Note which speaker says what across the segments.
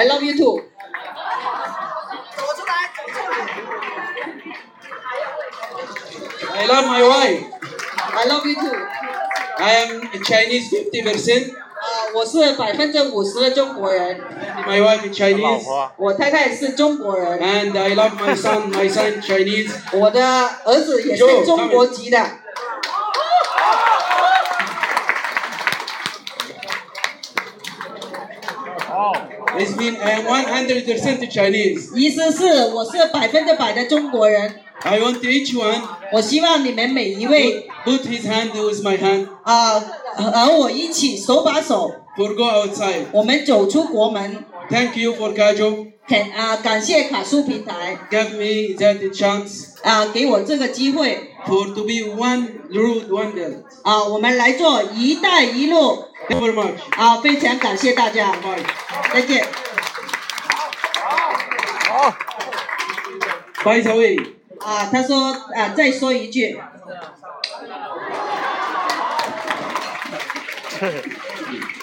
Speaker 1: I love you too。
Speaker 2: 走出来，走出来。
Speaker 1: I love my wife。I love you too。I am a Chinese fifty percent。
Speaker 2: 啊，我是百分之五十的中国人，
Speaker 1: My wife is
Speaker 3: 老
Speaker 1: Chinese。
Speaker 3: 婆，
Speaker 2: 我太太是中国人，
Speaker 1: And I love my son. My son Chinese.
Speaker 2: 我的儿子也是中国籍的。
Speaker 3: 哦，
Speaker 1: It's been I am one hundred percent Chinese.
Speaker 2: 意思是我是百分之百的中国人。
Speaker 1: I want each one
Speaker 2: 我希望你们每一位
Speaker 1: put his hand with my hand.
Speaker 2: 啊、和和我一起手把手，
Speaker 1: For go outside.
Speaker 2: 我们走出国门。
Speaker 1: Thank you for Kajo.
Speaker 2: 很啊、感谢卡苏平台
Speaker 1: Give me that chance
Speaker 2: 啊、给我这个机会
Speaker 1: for to be one root wonder.
Speaker 2: 啊、我们来做“一带一路
Speaker 1: Thank you very much. ”
Speaker 2: 啊、非常感谢大家，
Speaker 1: Bye.
Speaker 2: 再见。
Speaker 3: 好，
Speaker 1: By the way,
Speaker 2: 啊、他说啊、再说一句，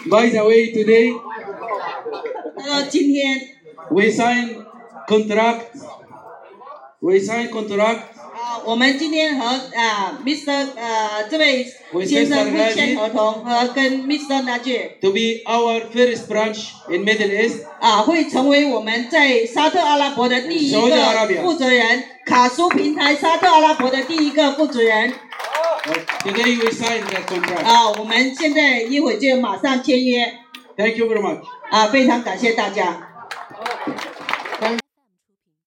Speaker 1: by the way, today
Speaker 2: 他说今天
Speaker 1: we sign contract. We sign contract
Speaker 2: 啊、我们今天和啊、Mr. 呃这位
Speaker 1: 我
Speaker 2: 先
Speaker 1: 先
Speaker 2: 生
Speaker 1: 上来
Speaker 2: 会签合同和跟 Mr. 那句。
Speaker 1: to be our first branch in Middle East.
Speaker 2: 啊，会成为我们在沙特阿拉伯的第一
Speaker 1: 首尔阿拉伯
Speaker 2: 个负啊责人，卡苏平台沙特阿拉伯的第一个负责人。
Speaker 1: Today we sign that contract.
Speaker 2: 啊，我们现在一会儿就马上签约。
Speaker 1: Thank you very much.
Speaker 2: 啊，非常感谢大家。